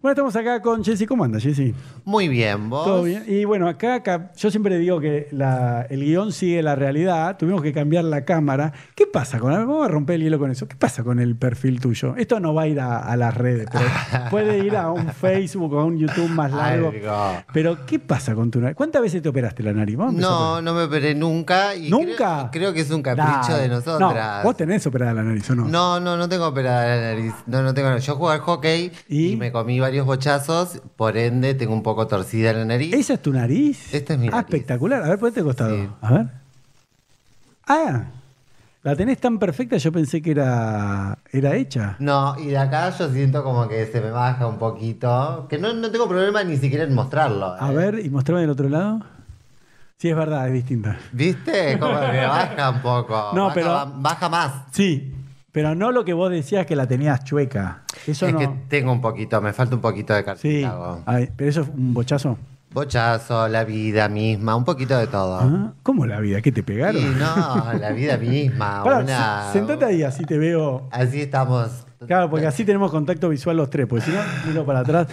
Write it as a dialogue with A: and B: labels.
A: Bueno, estamos acá con Jessy. ¿Cómo anda, Jessy?
B: Muy bien, vos.
A: ¿Todo bien? Y bueno, acá, acá yo siempre digo que la- el guión sigue la realidad. Tuvimos que cambiar la cámara. ¿Qué pasa con.? a ver, Vamos a romper el hielo con eso. ¿Qué pasa con el perfil tuyo? Esto no va a ir a, a las redes, pero puede ir a un Facebook o a un YouTube más largo.
B: Algo.
A: Pero, ¿qué pasa con tu nariz? ¿Cuántas veces te operaste la nariz? Vamos a empezar por-
B: No, no me operé nunca. Y
A: ¿Nunca?
B: Creo, creo que es un capricho
A: Dale.
B: de nosotras.
A: No, vos tenés operada la nariz, ¿o no?
B: no, no, no tengo operada la nariz. No, no tengo. Yo jugué al hockey
A: ¿Y?
B: ¿Y? me comí varios bochazos, por ende tengo un poco torcida la nariz.
A: ¿Esa es tu nariz?
B: Esta es mi
A: Ah,
B: nariz.
A: espectacular. A ver, ponete costado.
B: Sí.
A: A ver. Ah, la tenés tan perfecta, yo pensé que era, era hecha.
B: No, y de acá yo siento como que se me baja un poquito. Que no, no tengo problema ni siquiera en mostrarlo.
A: A
B: ¿eh?
A: ver, y mostrame del otro lado. Sí, es verdad, es distinta.
B: ¿eh? ¿Viste? Como que baja un poco.
A: No,
B: baja,
A: pero-
B: Baja más.
A: Sí, pero no lo que vos decías que la tenías chueca. Eso
B: es
A: no.
B: que tengo un poquito, me falta un poquito de
A: Sí,
B: cartílago.
A: Ay, pero eso es un bochazo.
B: Bochazo, la vida misma, un poquito de todo.
A: Ah, ¿Cómo la vida? ¿Qué te
B: Y
A: pegaron?
B: no, la vida misma.
A: Pará,
B: una-
A: se- sentate ahí, así te veo
B: Así estamos.
A: Claro, porque así tenemos contacto visual los tres, porque si no, miro para atrás.